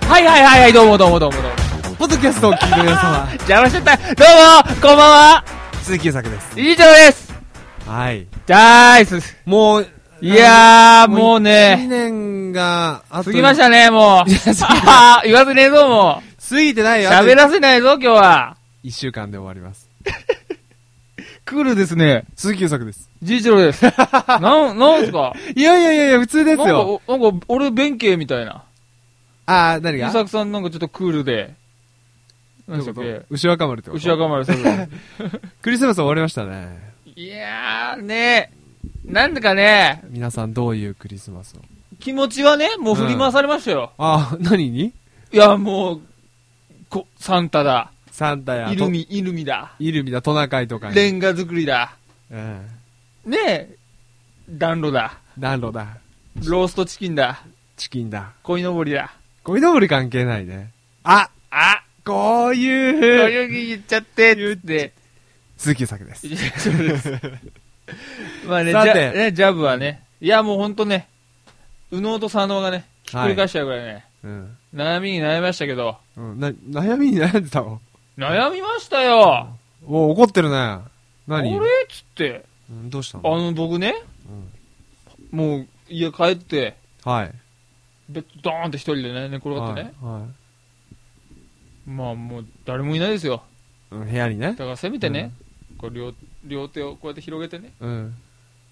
はいはいはいはい、どうもどうもどうもどうも。ポッドキャストを聞いてる皆 様、邪魔しちゃった。どうもこんばんは鈴木優作です。以上ですはい。ダイスもう、いやー、あのもう一ね、年が、あと過ぎましたね、もういや過ぎ。あ ー言わずねえぞ、もう。 過ぎてないよ。あと喋らせないぞ、今日は。一週間で終わります。クールですね。鈴木優作です。じいちろ です。なん、なんすかいやいやいやいや、普通ですよ。なんか、なんか俺、弁慶みたいな。あー、何伊が作さんなんかちょっとクールで。ど何うでしたっいうことけ牛若丸ってこと牛若丸さんが。クリスマス終わりましたね。いやー、ねなんだかね、皆さんどういうクリスマスを気持ちはね、もう振り回されましたよ。あー、何にいや、もう、こ、サンタだ。サンタや、イルミ、イルミだ。と。イルミだ、トナカイとかに。レンガ作りだ。うん。ねえ、暖炉だ。暖炉だ。ローストチキンだ。チキンだ。鯉のぼりだ。こいのぼり関係ないね。ああここうういう、いう気言っちゃって、言 って。鈴木優作です。そうです。まあね、ジさてャねジャブはね、いやもうほんとね、右脳と左脳がね、ひっくり返しちゃうぐらいね、うん。悩みに悩みましたけど、うん、な、悩みに悩んでたの悩みましたよお怒ってるね。あれ何っつって、うんどうしたあのの僕ね、もう家帰って、はい。ベッドドーンって一人でね、寝転がっはていね。。はまあもう誰もいないですよ。いうん。部屋にねだ。からせめてね、こう両両手をこうやって広げてね、うん。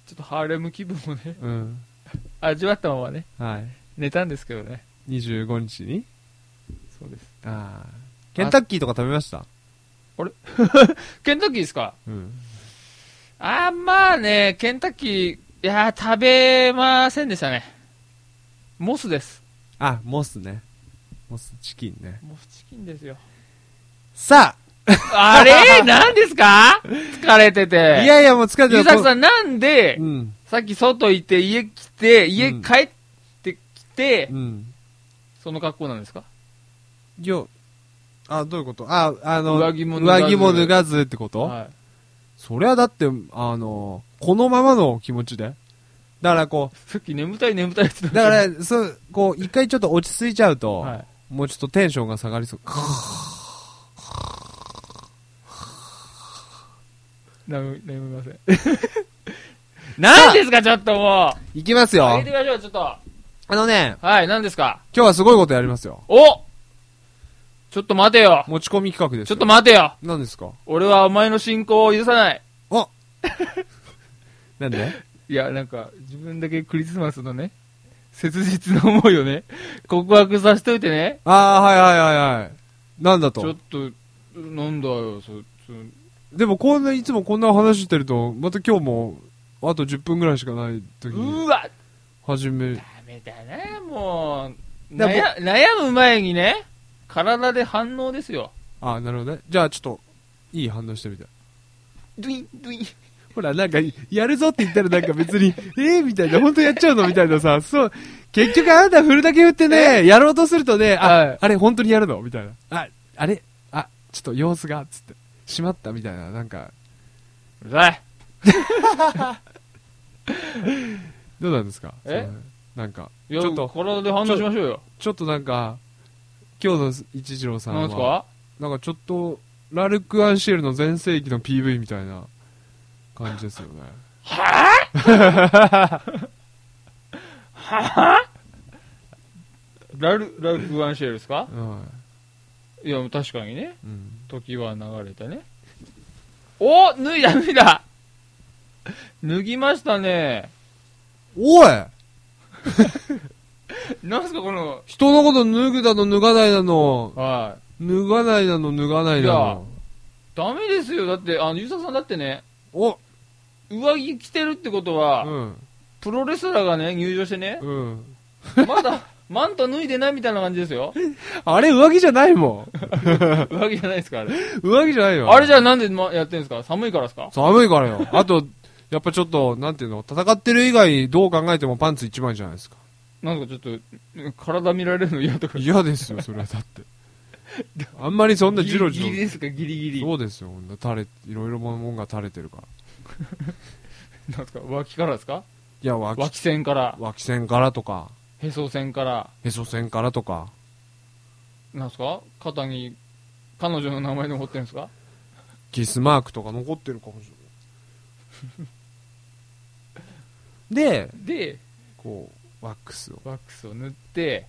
ちょっとハーレム気分をね、 うん。味わったままね、はい。寝たんですけどね。 25日にそうです。ああ。ケンタッキーとか食べましたケンタッキーですかうん。あーまあね、ケンタッキー、いやー食べませんでしたね。モスです。あ、モスね。モスチキンね。モスチキンですよ。さあれ 何ですか疲れてあいて。やいや、もう疲れてゆうさくさん。んなんで、うん。さっき外行って家来て、家うん帰ってきて、うん。その格好なんですかいや、あ、どういうことあ、あの、上着も脱がず上着も脱がずってことはいそりゃだって、あの、このままの気持ちで。だからこさっき眠たい眠たいって言っう、てまだしたかね ら、そう、こう、一回ちょっと落ち着いちゃうと、はい、もうちょっとテンションが下がりそう。 眠眠みません。 何ですか、ちょっともう。いきますあよげて。みましょう、ちょっと。あのね、はい、何ですか。今日はすごいことやりますよ。おちょっと待てよ。持ち込み企画ですちょよ。っと待てよ。何ですか俺はお前の信仰を許さない。あなんでいや、なんか、自分だけクリスマスのね、切実な思いをね、告白させといてね。ああ、はいはいはいはい。なんだちょっと。と、なんだよ、そ、そでもこんないつもこんな話してると、また今日も、あと10分ぐらいしかない時に、うわ、始めダメだな、もう。だ悩悩む前にね、体で反応ですよ。ああ、なるほどね。じゃあちょっと、いい反応してみて。ドゥイン、ドゥイン。ほら、なんか、やるぞって言ったらなんか別に、 ええみたいな、本当やっちゃうのみたいなさ、そう、結局あなた振るだけ振ってね、やろうとするとね、あ、はいあれ、本当にやるのみたいな。あ、あれあ、ちょっと様子が、つって。しまったみたいな、なんか、うるさい。どうなんですかえそのなんか、いやちょっと体で反応しましょうよ。ちょっとなんか、今日の一次郎さんは、なんすかなんかちょっと、ラルク・アンシエルの全盛期の PV みたいな感じですよね。はぁはぁラル、ラルク・ワンシェルですかはいや、確かにね。い。うん。時は流れてね。お脱いだ脱いだ脱ぎましたね。おいなんすかこの、人のこと脱ぐだの、脱がないだの、は脱がないなの、脱がないないやの。い。ダメですよ。だって、あの、ゆうささんだってね、お上着着てるってことは、うん。プロレスラーがね、入場して ね、うん。まだ、マント脱いでないみたいな感じですよ。あれ、上着じゃないもん。上着じゃないですか、あれ。 上着じゃないよ。あれじゃあなんでまやってんですか寒いからですか寒いからよ。あと、やっぱちょっと、なんていうの、戦ってる以外、どう考えてもパンツ一枚じゃないですか。なんかちょっと、体見られるの嫌とか。嫌ですよ、それはだって。あんまりそんなジロジギリギロ。リですかギリギリ。そうですよ、女垂れ、いろいろもんが垂れてるから。なんですか脇からですかいや、脇、脇線から、脇線からとか、へそ線から、へそ線からとか、なんすか肩に、彼女の名前残ってるんですかキスマークとか残ってるかもしれない。で、で、こう、ワックスを。ワックスを塗って、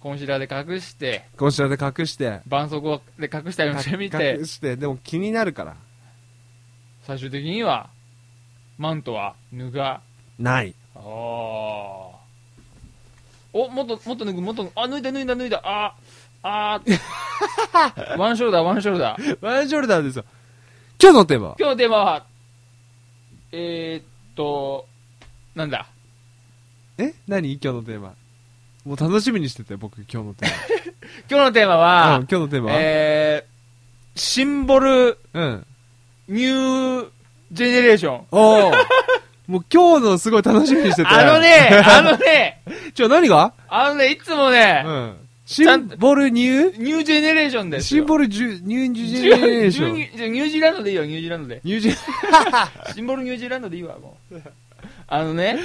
コンシーラーで隠して、こちらで隠して、絆創膏で隠してありまして見て隠、して、でも気になるから。最終的には、マントは脱が、ない。あーお、もっと、もっと脱ぐ、もっと、あ、脱いだ脱いだ脱いだ、ああ ーワンショルダー、ワンショルダー。ワンショルダーですよ。今日のテーマは今日のテーマは、えー、っと、なんだ、え何今日のテーマ。もう楽しみにしてて、僕、今日のテー今日のテーママ。は、うん、今日のテーマは、えー、シンボルうん。ニュージェネレーション。おお。もう今日のすごい楽しみにしてて。あのね、あのね、じゃあ何があのね、いつもね、うん。シンボルニュニュージェネレーションでーすシよ。ンボルジュニュージュジェネレーション。ニューニュージーランドでいいよ、ニュージーランドで。ニュージシンボルニュージーランドでいいわ、もう。あのね、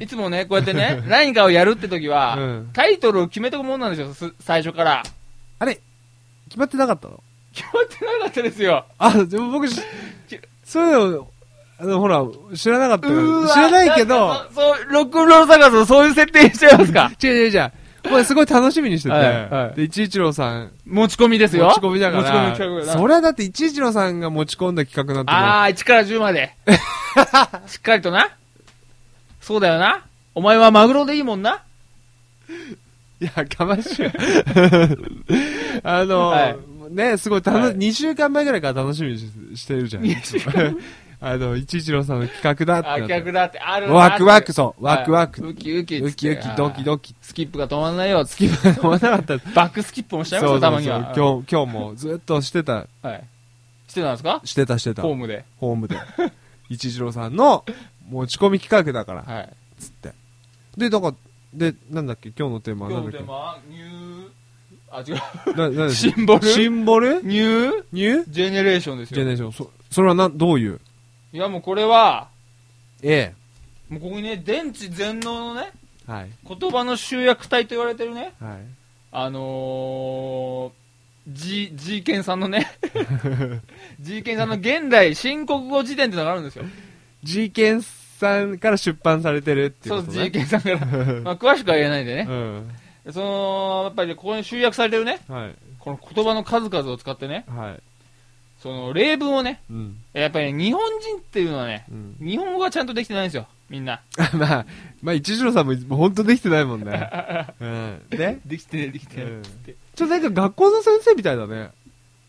いつもね、こうやって ね、何かをやるって時は、うんタイトルを決めとくもんなんですよ、す最初から。あれ決まってなかったの決まってなかったですよ。あ、でも僕しき、そういうの、あの、ほら、知らなかったかうーわら。知らないけど、。んかそそう、ロックンロール探すのそういう設定にしちゃいますか違う違う違う。これすごい楽しみにしてて。はいはいで、一一郎さん、持ち込みですよ。持ち込みだから。持ち込みの企画だそれはだって一一郎さんが持ち込んだ企画なんてもうあー、1から10ま で。しっかりとな。そうだよな。お前はマグロでいいもんな。いや、かましいわ。 あの、はいね、すごい楽、はい2週間前ぐらいから楽しみにししてるじゃん。 あの、一一郎さんの企画だあ、ってなって逆だって、あるなワクワク、ってそう、ワクワク。はウいウキウキっつって。キウキ、ドキキ。ドキ。 スキップが止まんないよ。月まで終わらなかった。バックスキップもしちゃいますよ、たまには。今日、今日もずっとしてた、日。はい。してたんですかしてた、してた。ホーホムで。ームで。一一郎さんの持ち込み企画だから、はい。つって。で、だから、で、なんだっけ、今日のテーマは今日なのんテだっーマは、ニュー、あ、違う。け。ななんだっけシンボルシンボ ルニューニュージェネレーションですジェネよ。レーション。そ、それはなん、どういういや、もうこれは、えもうここにね、電池全能のね、え。はい。言葉の集約体と言われてるね、はい。あのー、G、G ケンさんのね、G ケンさんの現代新国語辞典ってのがあるんですよ。 G ケンさんから出版されてるっていそうう、ことね。 G ケンさんから。まあ、詳しくは言えないんでね。 うん。その、やっぱりここに集約されてるね、はい。この言葉の数々を使ってね、はい。その例文をね、うん。やっぱり、ね、日本人っていうのはね、うん。 日本語がちゃんとできてないんですよ、みんな。まあ、まあ、一条さんも本当できてないもんね。うん。でできてね、できてね、うんつって。ちょっとなんか学校の先生みたいだね。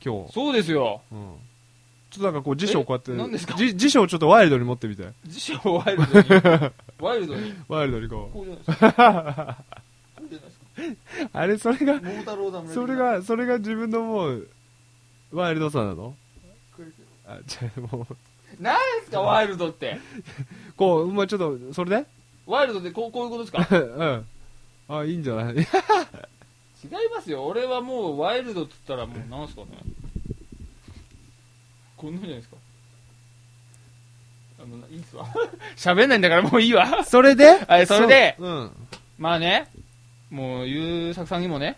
今日。そうですよ。うん。ちょっとなんかこう辞書をこうやって。え何ですかじ辞書をちょっとワイルドに持ってみて。辞書をワイルド に。ワイルドに。ワイルドにここうじゃないですか。こうじゃないですか。う。あれ、それ が、桃太郎だもんねそれが、それが自分のもう、ワイルドさなのあ、じゃあもう、何ですか、ワイルドって。こう、まあちょっと、それで ワイルドってこうこういうことですかうん。あ、いいんじゃない 違いますよ。俺はもうワイルドって言ったらもう何すかね。こんなんじゃないですか。あの、いいっすわ。 喋んないんだからもういいわ。それではいそれでそううん。まあね、もう、ゆうさくさんにもね、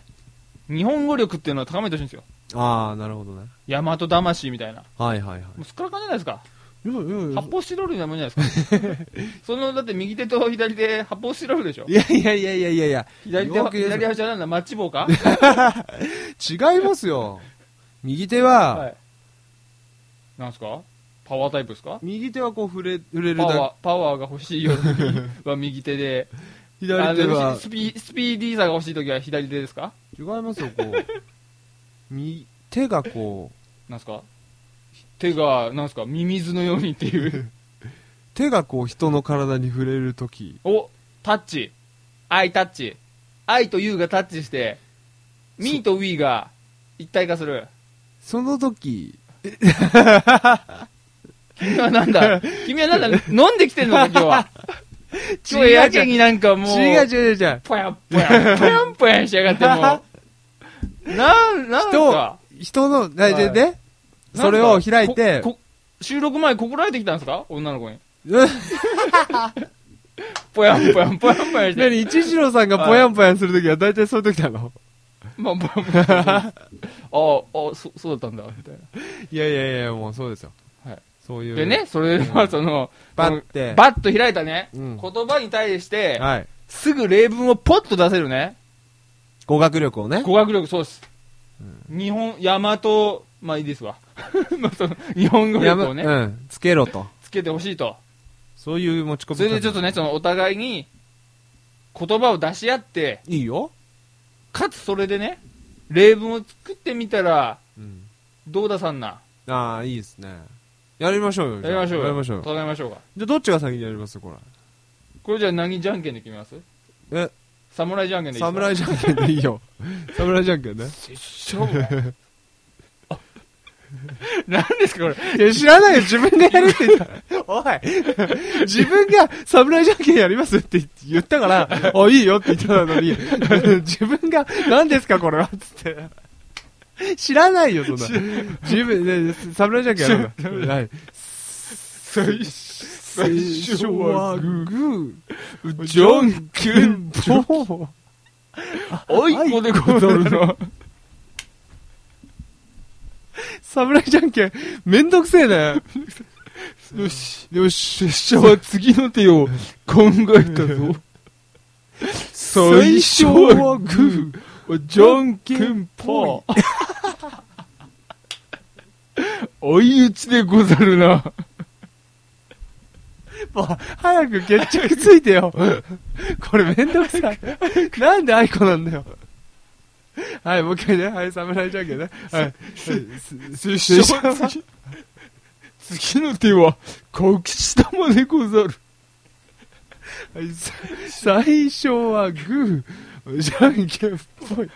日本語力っていうのは高めてほしいんですよ。ああ、なるほどね。大和魂みたいな。はいはいはい。もうすっからかんじゃないですか。いやい発泡スチロールみたいなもんじゃないです か。その、だって右手と左手、発泡スチロールでしょ。やいやいやいやいやいや左手よは、く言う左足はなんだ、マッチ棒か違いま すよ。右手は、はい。なんすかパワータイプですか右手はこう触れ、触れるパだワー、パワーが欲しいようは右手で。け。あ左手のは、スピスピーディーさが欲しいときは左手ですか違いますよ、こう。 み手がこう、なんすか手が、なんすかミミズのようにっていう。手がこう人の体に触れるとき。お、タッチ。アイタッチ。アイとユーがタッチして、ミーとウィーが一体化する。その時、君はなん だ君はなんだ飲んできてんのか今日は。今日やけになんかもう。違う違う違う。ぽやんぽやん、ぽやんぽやんしやがってもう。 なん、なんか。人の、大は体いね、それを開いて、ここ収録前告られてきたんですか女の子に。 うんぽやんぽやん、ぽやんぽやんして。何、一次郎さんがぽやんぽやんするときは大体そういうときなのまあまあま あああそそうだったんだみたいいやいやいや、もうそうですよ。はい。そういう。なでねそれはそのバッてこのバッと開いたね、うん言葉に対して、はい。すぐ例文をポッと出せるね語学力をね。語学力そうです、日本大和まあいいですわ まあその日本語力をね、やむうん。つけろと。つけてほしいとそういう持ち込み。それでちょっとね、そのお互いに言葉を出し合って、いいよ。かつそれでね、例文を作ってみたら、うん。どうださんな。ああ、いいですね。やりましょうよ。じやゃありましょうよ。やりましょうよ。戦いましょうか。じゃあ、どっちが先にやりますこれ。これじゃあ何じゃんけんで決めますえ、侍じゃんけんでいいですか侍じゃんけんでいい よ。侍じゃんけんね。勝負あ 何ですかこれ。いや、知らないよ。自分がやるって言った。 おい。自分が侍じゃんけんやりますって言っ たから、あ、いいよって言ったのに、 自分が、何ですかこれはつって。知らないよ、そんな。自分、ね、侍じゃんけんやるんだ。はい。 最初はググー、ー、じゃんけんぽん、ぽ。おいっこでござるな。 侍じゃんけん、めんどくせえね。 よし。よし、じゃあ次の手を考えたぞ。 最初はグー。じゃんけんぽん。 追い打ちでござるな。 もう早く決着ついて よ。これめんどくさい。なんでアイコなんだよ。はい、もう一回ね。はい、侍ジャンケンね。はい。拙者次次の手は、隠し玉でござる。はいさ最初はグー、じゃんけんっぽい。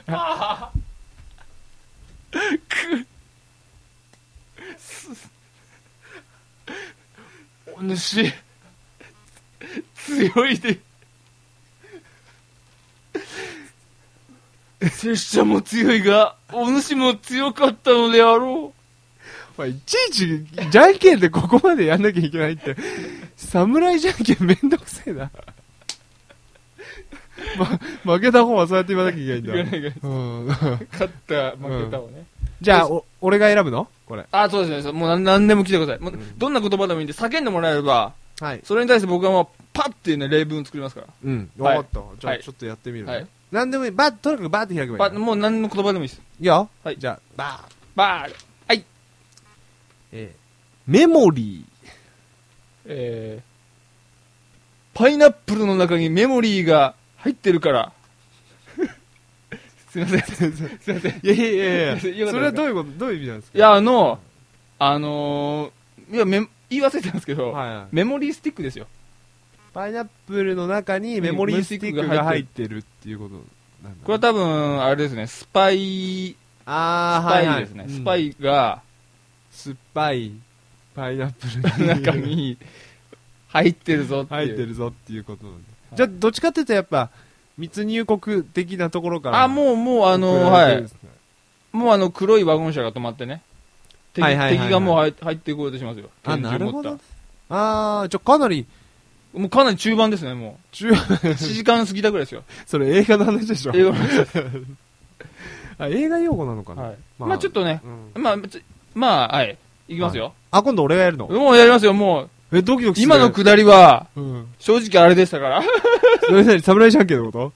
お主、強いで。拙者も強いが、お主も強かったのであろ。おいいちいち、じゃんけんでここまでやんなきゃいけないって。侍ジャンケンめんどくせえな。ま、負けた方はそうやって言わなきゃいうけないんだ。うん。勝った、負けたをね。じゃあ、お、俺が選ぶのこれ。あ、そうですね。もう何何でも来てください。もうどんな言葉でもいいんで、叫んでもらえれば、はい。それに対して僕はもう、パッてね、例文作りますから。うん。はいわかった。じゃあ、はいちょっとやってみるね。はいなんでもいい。バッ、とにかくバーって開けばパいいッの。もう何の言葉でもいいです。いいよ。はいじゃあ、バー。バー、えーメモリえー、パイナップルの中にメモリーが入ってるから。 すいません。すいません。いー。いやいやいやいよや。かったそれはどういうこと、どういう意味なんですかや、あの、あのー、いや、め、言い忘れてたんですけど、はいはいメモリースティックですよ。パイナップルの中にメモリースティックが入ってるっていうことなんだ。これは多分、あれですね、スパイ、スあー、はパいはイい。ですね。うんスパ。イが酸っぱいパイナッ プルの中に入ってるぞっていう。入ってるぞっていうことなんだ。はいじゃあ、どっちかっていうとやっぱ、密入国的なところから。あ、もう、もう、あのー、送らはれてるんいです。ねもうあの、黒いワゴン車が止まってね。敵はいはいはいはい敵がもう入入ってこようとしますよ。拳あ、銃持なったるほどね。あー、じゃあかなり、もうかなり中盤ですね、も中 う。1時間過ぎたぐらいですよ。それ映画の話でしょ英語の話です。あ映画用語なのかな、はい。まあちょっとね、うんまあ、ちまあ、はい。いきますよ。あ、今度俺がやるのもうやりますよ、もう。え、ドキドキする。今のくだりは、うん。正直あれでしたから。 それなに、侍じゃんけんのこと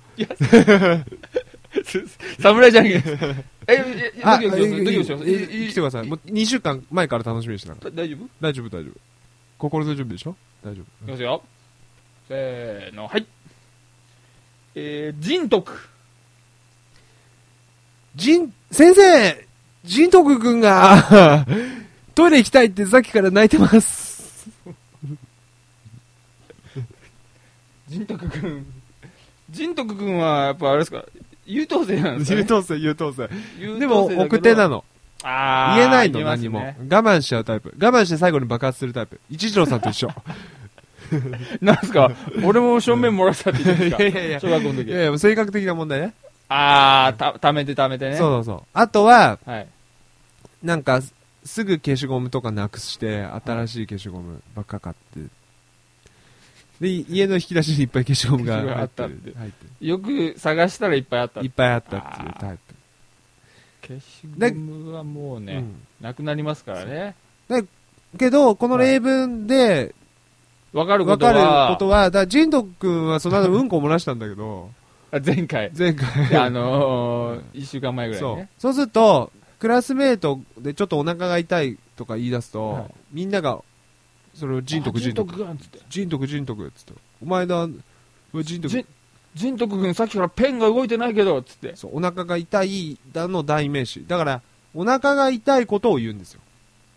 侍じゃんけんです。え、ええドキドキしますえドキドキします。えええ来てください。もう2週間前から楽しみにしてなかっだ大丈夫いた。大丈夫、大丈夫。心の準備でしょ大丈き夫。ますよ。せーの、はい。えー、人徳。じん、先生仁徳くんが、 トイレ行きたいってさっきから泣いてます。人徳くん。人徳くんは、やっぱあれですか、優等生なんですか、優ね、等生、優等生。優等生 でも、奥手なの。の。あー言えないの、言ます何ねも。我慢しちゃうタイプ。我慢して最後に爆発するタイプ。一次郎さんと一緒。なんす か俺も正面漏らしたって言ってんですかいやいやいや小学校のい時。やいや、性格的な問題ね。あー、た、ためてためてね。そうそうそう。あとは、はい。なんか、すすぐ消しゴムとかなくして、新しい消しゴムばっか買って。で、い家の引き出しにいっぱい消しゴムが入っ消してゴムがあったっる。入ってよく探したらいっぱいあったるいっ。ぱいあったっていうタイプ。消しゴムはもうね、うんなくなりますからね。けど、この例文でわかるこ分とかるこは、とは、だから、ジンド君はその後うんこ漏らしたんだ けど、あ前 回、前回。いやあのー、一週間前ぐらいにそねう。そうすると、クラスメートでちょっとお腹が痛いとか言い出すと、はいみんなが、それを人徳あ人仁徳、徳君っつって。人徳人徳っつって、お前だ、うわ人徳仁、仁徳君さっきからペンが動いてないけど、つって。そう、お腹が痛いだの代名詞。だから、お腹が痛いことを言うんですよ。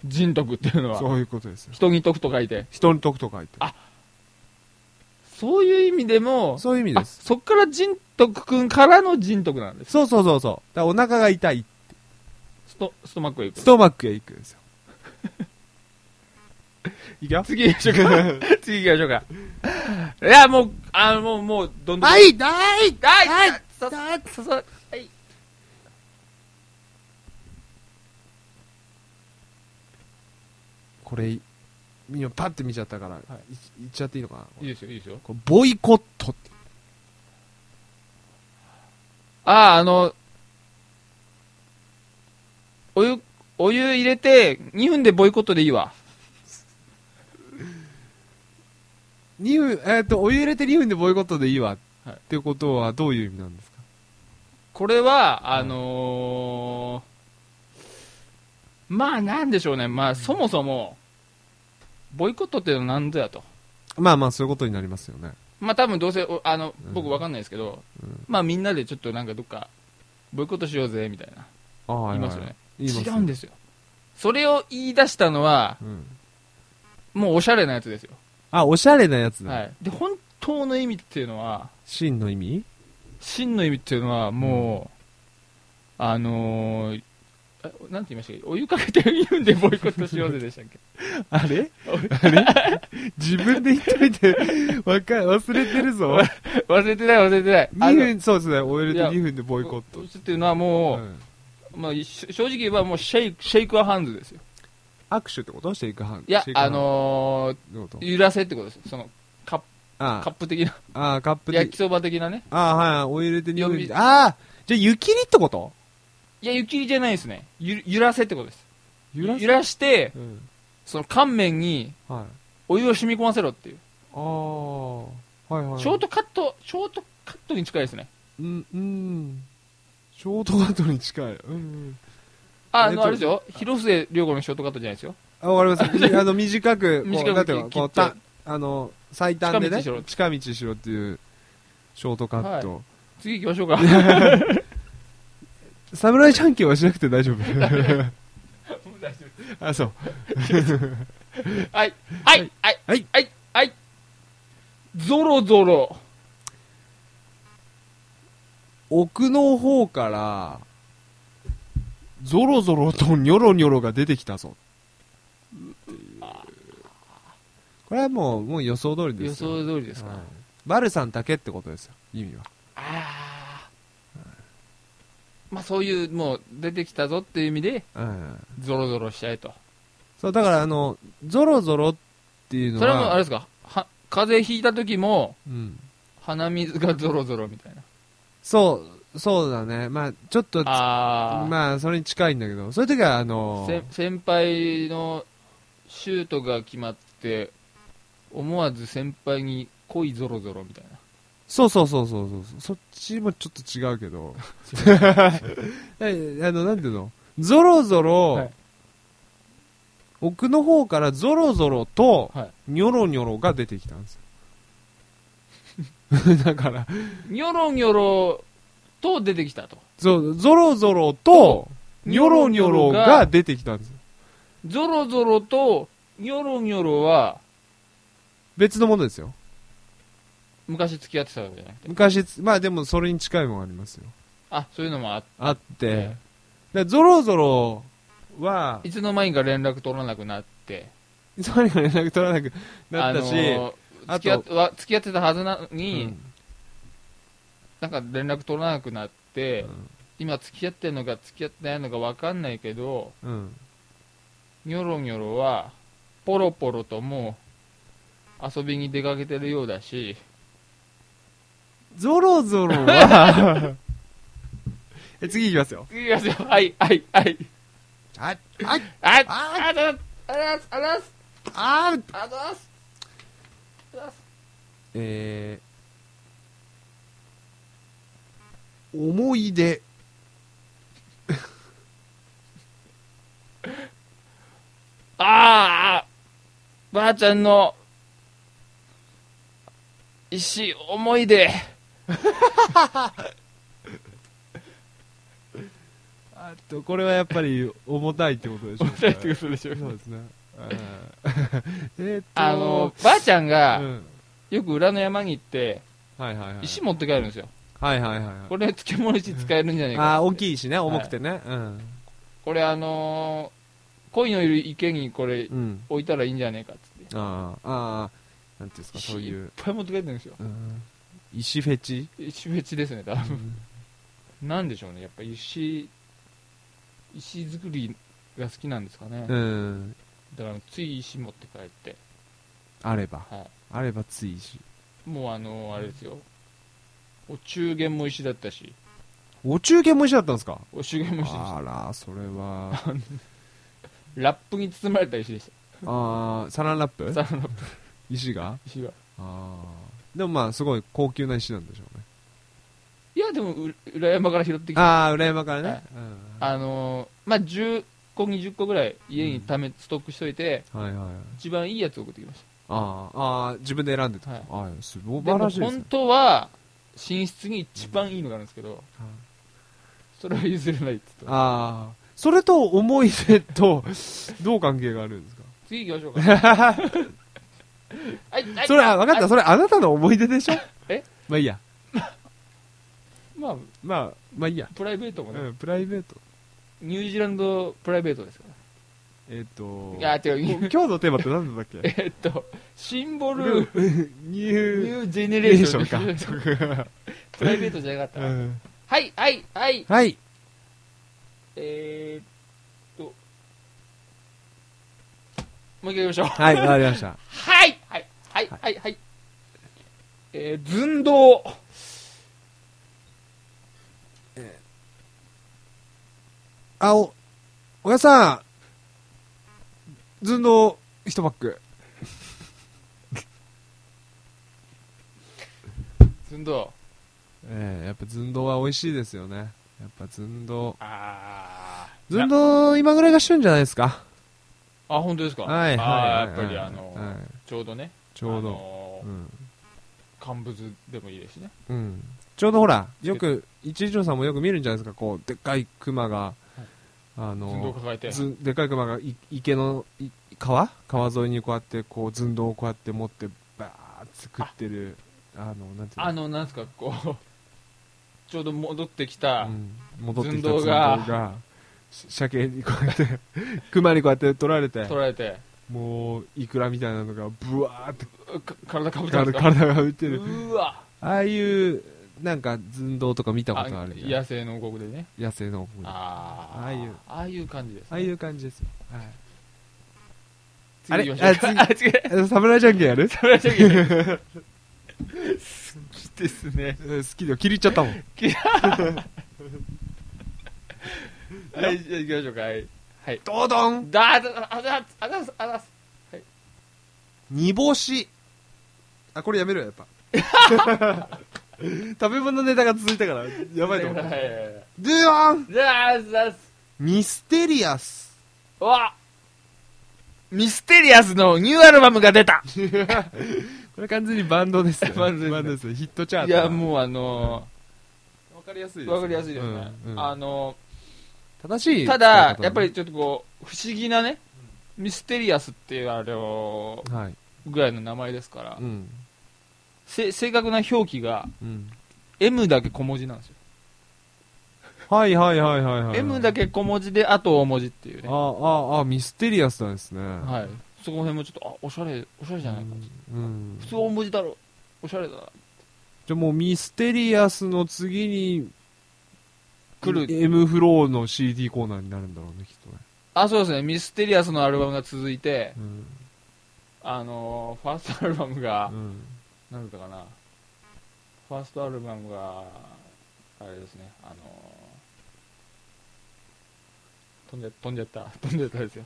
仁徳っていうのは、そういうことですよ。人に徳と書いて。人に徳と書いて。あそういう意味でも、そういう意味あです。そっから仁徳君からの仁徳なんです。そうそうそうそう。だからお腹が痛い、スト、ストマックへ行スく。トマックへ行くんですよ。いく よ次行きましょ うか。次行きましょうか。いや、もう、あもう、もう、どんどん。はい、はい、はいはいささささはい。これ、今パッて見ちゃったから、い、言っちゃっていいのかないいですよ、いいですよ。これボイコットって。ああ、あの、お湯、お湯入れて、2分でボイコットでいいわ。二分、えっ、と、お湯入れて2分でボイコットでいいわ。はいってことはどういう意味なんですかこれは、あのーまあ、なんでしょうね。まあ、そもそも、ボイコットっていうのは何ぞやと。まあまあ、そういうことになりますよね。まあ、多分どうせ、おあのう、ん僕わかんないですけど、うんまあ、みんなでちょっとなんかどっか、ボイコットしようぜ、みたいな。ああ、は言いますよね。。言いま違すうんですよ。それを言い出したのは、うんもうおしゃれなやつですよ。あ、おしゃれなやつだ。はい。で、本当の意味っていうのは、真の 意味真の意味っていうのはもう、あのー、あなんて言いましたっけお湯かけて言うんでボイコットしようぜでしたっけ あれあれ 自分で言っといて、わか忘れてるぞ。忘れてない忘れてない2分、そうですね、お湯入れて2分でボボイコット。っていうのはもうんう、まあ、し正直言えばもうシェイクシェイクアハンズですよ握手ってことシェイクハンド。いやシェイクハあンドのどういうことー、揺らせってことですそのカッあカップ的なあああ、カップ焼でき。そば的なねああ、はい、お湯入れて2呼分びで。ああ、じゃあ湯切りってこといや湯切りじゃないですねゆ揺らせってことです揺揺らしてうん。その乾麺にはい。お湯を染み込ませろっていうああ、はいはいはい。ショートカットショートカットに近いですねうん、うん。ショートカットに近い。うんうん。あ、えあっの、とあれですよ。広末涼子のショートカットじゃないですよ。あ、わかり ます。みあの、短く、こ短う、くなんていうの、切こっう、てた、あの、最短でね、近道しろ近道しろっていう、ショートカット。次行きましょうか。サムライジャンキーはしなくて 大丈夫。あ、そう。はい、はい、はい、はい、はい、はい。ゾロゾロ。奥の方から、ゾロゾロとニョロニョロが出てきたぞ。これはもう、もう予想通り予ですよ。想通りですか。はいバルさんだけってことですよ、意味は。ああ。まあそういう、もう出てきたぞっていう意味で、うん。ゾロゾロしちゃえと。そう、だからあの、ゾロゾロっていうのは、それはもうあれですか。は風邪ひいた時も、うん。鼻水がゾロゾロみたいな。そう、そうだね。まあちょっと、ああ。まあそれに近いんだけど、そういう時はあの、せ先輩のシュートが決まって、思わず先輩に恋ゾロゾロみたいな。そうそうそうそうそうそう。そっちもちょっと違うけ ど。えあの、なんていうのゾロゾロ、はい奥の方からゾロゾロと、はいニョロニョロが出てきたんですよ。 だから、ニョロニョロと出てきたと。そう、ゾロゾロと、ニニョョロロニニョョロロがが出てきたんですよ。ゾロゾロとニョロニョロは別のものですよ。昔付き合ってたわけじゃなくて。昔つ、まあでもそれに近いものがありますよ。あ、そういうのもあっあって、だかて、らゾロゾロは、いつの間にか連絡取らなくなって、それが連絡取らなくなったし、あのー付き合あっては付き合ってたはずなのに、うんなんか連絡取らなくなって、うん今付き合ってるのか付き合ってないのかわかんないけど、うん。ニョロニョロはポロポロともう遊びに出かけてるようだし、ゾロゾロは、 え次いきますよ。いきますよ。はい、はい、はい。はい、はい、あ、ああ、あざ、あざす、あざす、あーあざす。あざすえー、思い出。あーあー、ばあちゃんの、石、思い出。あと、これはやっぱり重たいってことでしょ。重たいってことでしょそうですね。えーっと、あの、ばあちゃんうが、ん、よく裏の山に行って、はいはいはい。石持って帰るんですよ。はいはいはいはい。これ、漬物石使えるんじゃないか。あー大きいしね、重くてね。うん。これ、あのー、鯉のいる池にこれ、うん。置いたらいいんじゃねえかっつって。あーあー、なんていうんですか、石そういいうっ。ぱい持って帰ってるんですよ。うん石フェ チ石フェチですね、多分。なんでしょうね、やっぱ石、石作りが好きなんですかね。うん。だから、つい石持って帰って、あれば。はあればついし。い。もうあのあれですよ。お中元も石だったし、お中元も一緒だったんですかお中元も石でした。あら、それは。ラップに包まれた石でしあーサランラップた。サランラップ石が石は。ああ。でもまあ、すごい高級な石なんでしょうね。いや、でも、う裏山から拾ってきた。ああ、裏山からはいね。うんあのー、まあ、10個、20個ぐらい家にため、ストックしといて、はいはい。一番いいやつを送ってきましあーあー、自分で選んでた。はいああ、素た。で晴も、らしいです本ね。当は、寝室に一番いいのがあるんですけど、それは譲れないって言ってああ。それと思い出と、どう関係があるんですか次行きましょう か。はい、はいそれ、あわかった。。それあなたの思い出でしょえまあいいや。まあ、まあ、まあいいや。プライベートもね、うん、プライベート。ニュージーランドプライベートですかえっと、ら。いや、違う、今日のテーマって何だったっけえっと、シンボル、ニニューュージェネジレェネレーーシショョンン か。そっかプライベートじゃなかったうな。んはい、はい、はい。はい。えー、っと、もう一回行きましょう。はい、わかりました。はい、はい、はい、はい、はい。えー、寸胴。あ、お、おやさん、寸胴一パック。寸胴。ええやっぱ寸胴は美味しいですよね。やっぱ寸胴。あー。寸胴、今ぐらいが旬じゃないですか。あ、本当ですかはい、はい。あーはやいっぱりあはの、いちょうどね。ちょうあど。のーうん。乾物でもいいですしね。うん。ちょうどほら、よく、一条さんもよく見るんじゃないですか、こう、でっかい熊が、あ寸胴の、抱えて。ずでっかい熊がい池のい川川沿いにこうやってこう寸胴をこうやって持ってバーッ作ってるあのなんていうのあの、なんすか、こう、ちょうど戻ってきたう、ん、戻って寸きた寸胴胴ががし鮭にこうやって 熊にこうやって取られて取られて、もうイクラみたいなのがブワーってうか体かぶったん体ですか体が浮いてるうわああいうなんか寸胴とか見たことあるじゃん野生の王国でね。野生の方にあああ。ああいう。ああいう感じです。あいう感じですよはい次あれ行きましょうかあ あ、次。え侍じゃんけんやる取られちゃい けない。好きですね。うん好きで切り入っちゃったもんはい、じゃあ行きましょうか。はい。はい。ドドンだあだ、あだ、あだ、あだ、煮干し。あ、これやめろよ、やっぱ。 食べ物ネタが続いたから、やばいと思はう。 いはいはい。ドゥヨンじゃあ、ざす。ミステリアス。うわミステリアスのニューアルバムが出たこれ完全に バンドですよバンドですねですよヒットチャート。いや、もうあのう、わかりやすいー、わかりやすいですね。うんうんあの正しい。ー、ただ、やっぱり、ちょっとこう、不思議なね、ミステリアスっていうあれを、はい。ぐらいの名前ですからう、ん。せ正確な表記が、うん。 M だけ小文字なんですよ。はいはいはいはいはい。 M だけ。け小文字で、あと大文字っていうあね。あ、あミステリアスなんですね。ははい。そこら辺もちょっと、あ、おしゃれ、おしゃれじゃないか。うん。普通大文字だろ。おしゃれだな。じゃあもうミステリアスの次に、来る M フローの CD コーナーになるんだろうね、きっとね。あ、そうですね。ミステリアスのアルバムが続いて、うん。あのー、ファーストアルバムがう、ん。なんだったかな。ファーストアルバムが、あれですね、あの飛んじゃ飛んじゃった飛んじゃったですよ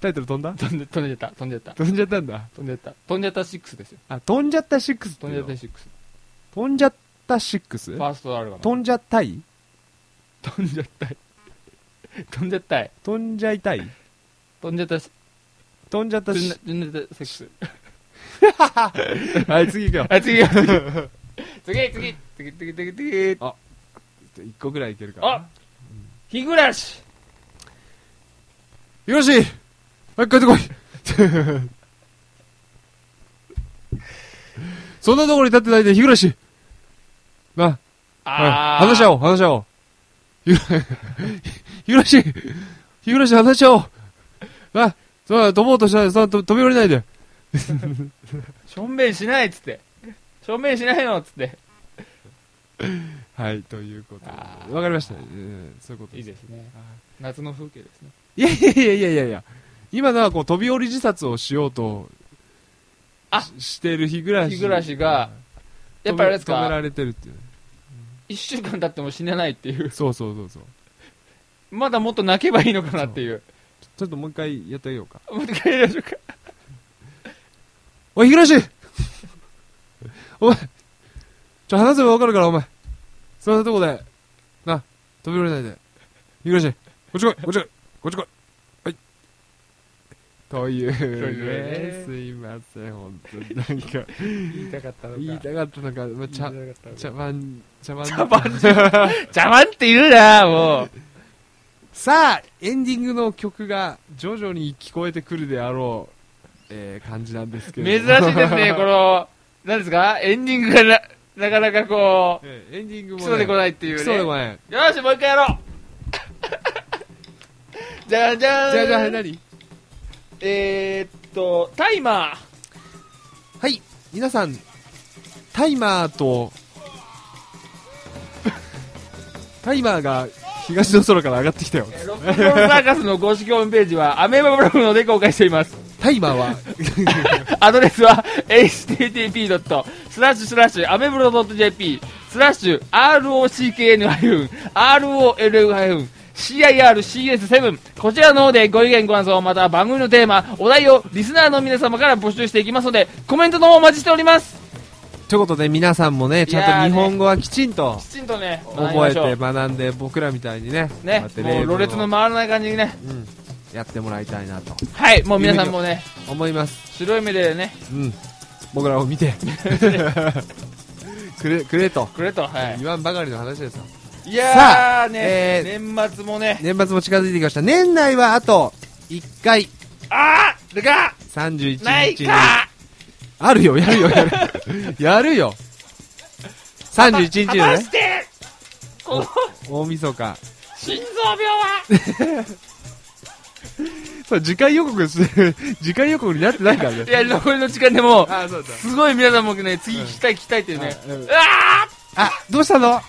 タイトル飛んだ 飛んで飛んじゃった飛んじゃった飛んじゃったんだ。飛んじゃった飛んじゃった6ですよあ、飛んじゃった6って飛んじ言ゃうっのた6飛んじゃったフ 6? ァーストアルバム飛んじゃったい飛んじゃったい飛んじゃったい飛んじゃいたい 飛んじゃったし飛んじゃった飛んじゃしっ。た6はい、次行くよ。あ次 次次次次次次あ一個ぐらいいけるかあ日暮らしよし早く帰ってこい そんなところに立ってないで、日暮らしな、あはい話し合おうおう、話し合おう。 日暮日暮らし日暮らし話し合おうな、そうだ、飛ぼうとしたら、そんなと飛び降りないで。しょんべんしないっつってしょんべんしないのっつってはい、ということであーわかりました。えーそういうこといいす。ですねは夏の風景ですねいいやいやいやいやいやいや。今のはこう飛び降り自殺をしようとあししている日暮らし。日暮がやっぱりあれです止め止めかられてるっていう。 1週間経っても死ねないっていうそうそうそうそう。まだもっと泣けばいいのかなっていうちょっともう一回やってあげようか。もう一回やりましょうかおい、日暮らしお前、ちょ、話せばわかるから、お前。そんなとこで、な、飛び降りないで。日暮らし、こっち来い、こっち来い、こっち来い。はい。というね、とすいません、本当に。なんか、言いたかったのか言いたかったのか、まあ、茶、茶番、茶番。茶番邪魔って言うなもうさあ、エンディングの曲が徐々に聞こえてくるであろう、えー、感じなんですけ珍しれいども。ですねこの何ですかエンディングがななかなかこ えーエンディングう来も、ね。そうでこないっていう来ねそうでこなよい。しもう一回やろうじゃんじゃんじゃあじゃあ何えー、っとタイマはい、皆さん、タイマーと、 タイマーが東の空から上がってきたよ。ーロックンロールサーカスの公式ホームページはアメーバブログので公開していますタイマーは、 アドレスは http. スラッシュスラッシュアメブロ .jp スラッシュ rockn-rol-circs7 こちらの方でご意見ご感想または番組のテーマお題をリスナーの皆様から募集していきますのでコメントの方お待ちしておりますということで皆さんもね、ちゃんと日本語はきちんときちんとね覚えてて学んで、僕らみたいにね、ねこやって例もう文をろれつの回らない感じにねうん、やってもらいたいなとはいもう皆さんもね思います。白い目でねうん、僕らを見 て、くれ、くれとくれとはい言わんばかりの話ですよ。いやーね、え年末もね年末も近づいてきました。年内はあと1回、あーでか31日に。ないかあるよ、やるよ、や る。やるよ。31日果のたねし、てこの大晦日。心臓病はそう、次回予告 す、次回予告になってないからいね。や残りの時間でもあ、そうだ。すごい皆さんもね次聞きたい聞きたいっていうねあうんうわあ、どうしたのー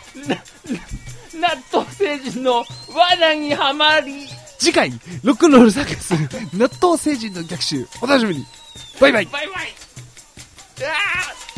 納豆星人の罠にはまり次回、ロックンロールサーカス、納豆星人の逆襲、お楽しみに。バイバイ。バイバイうわー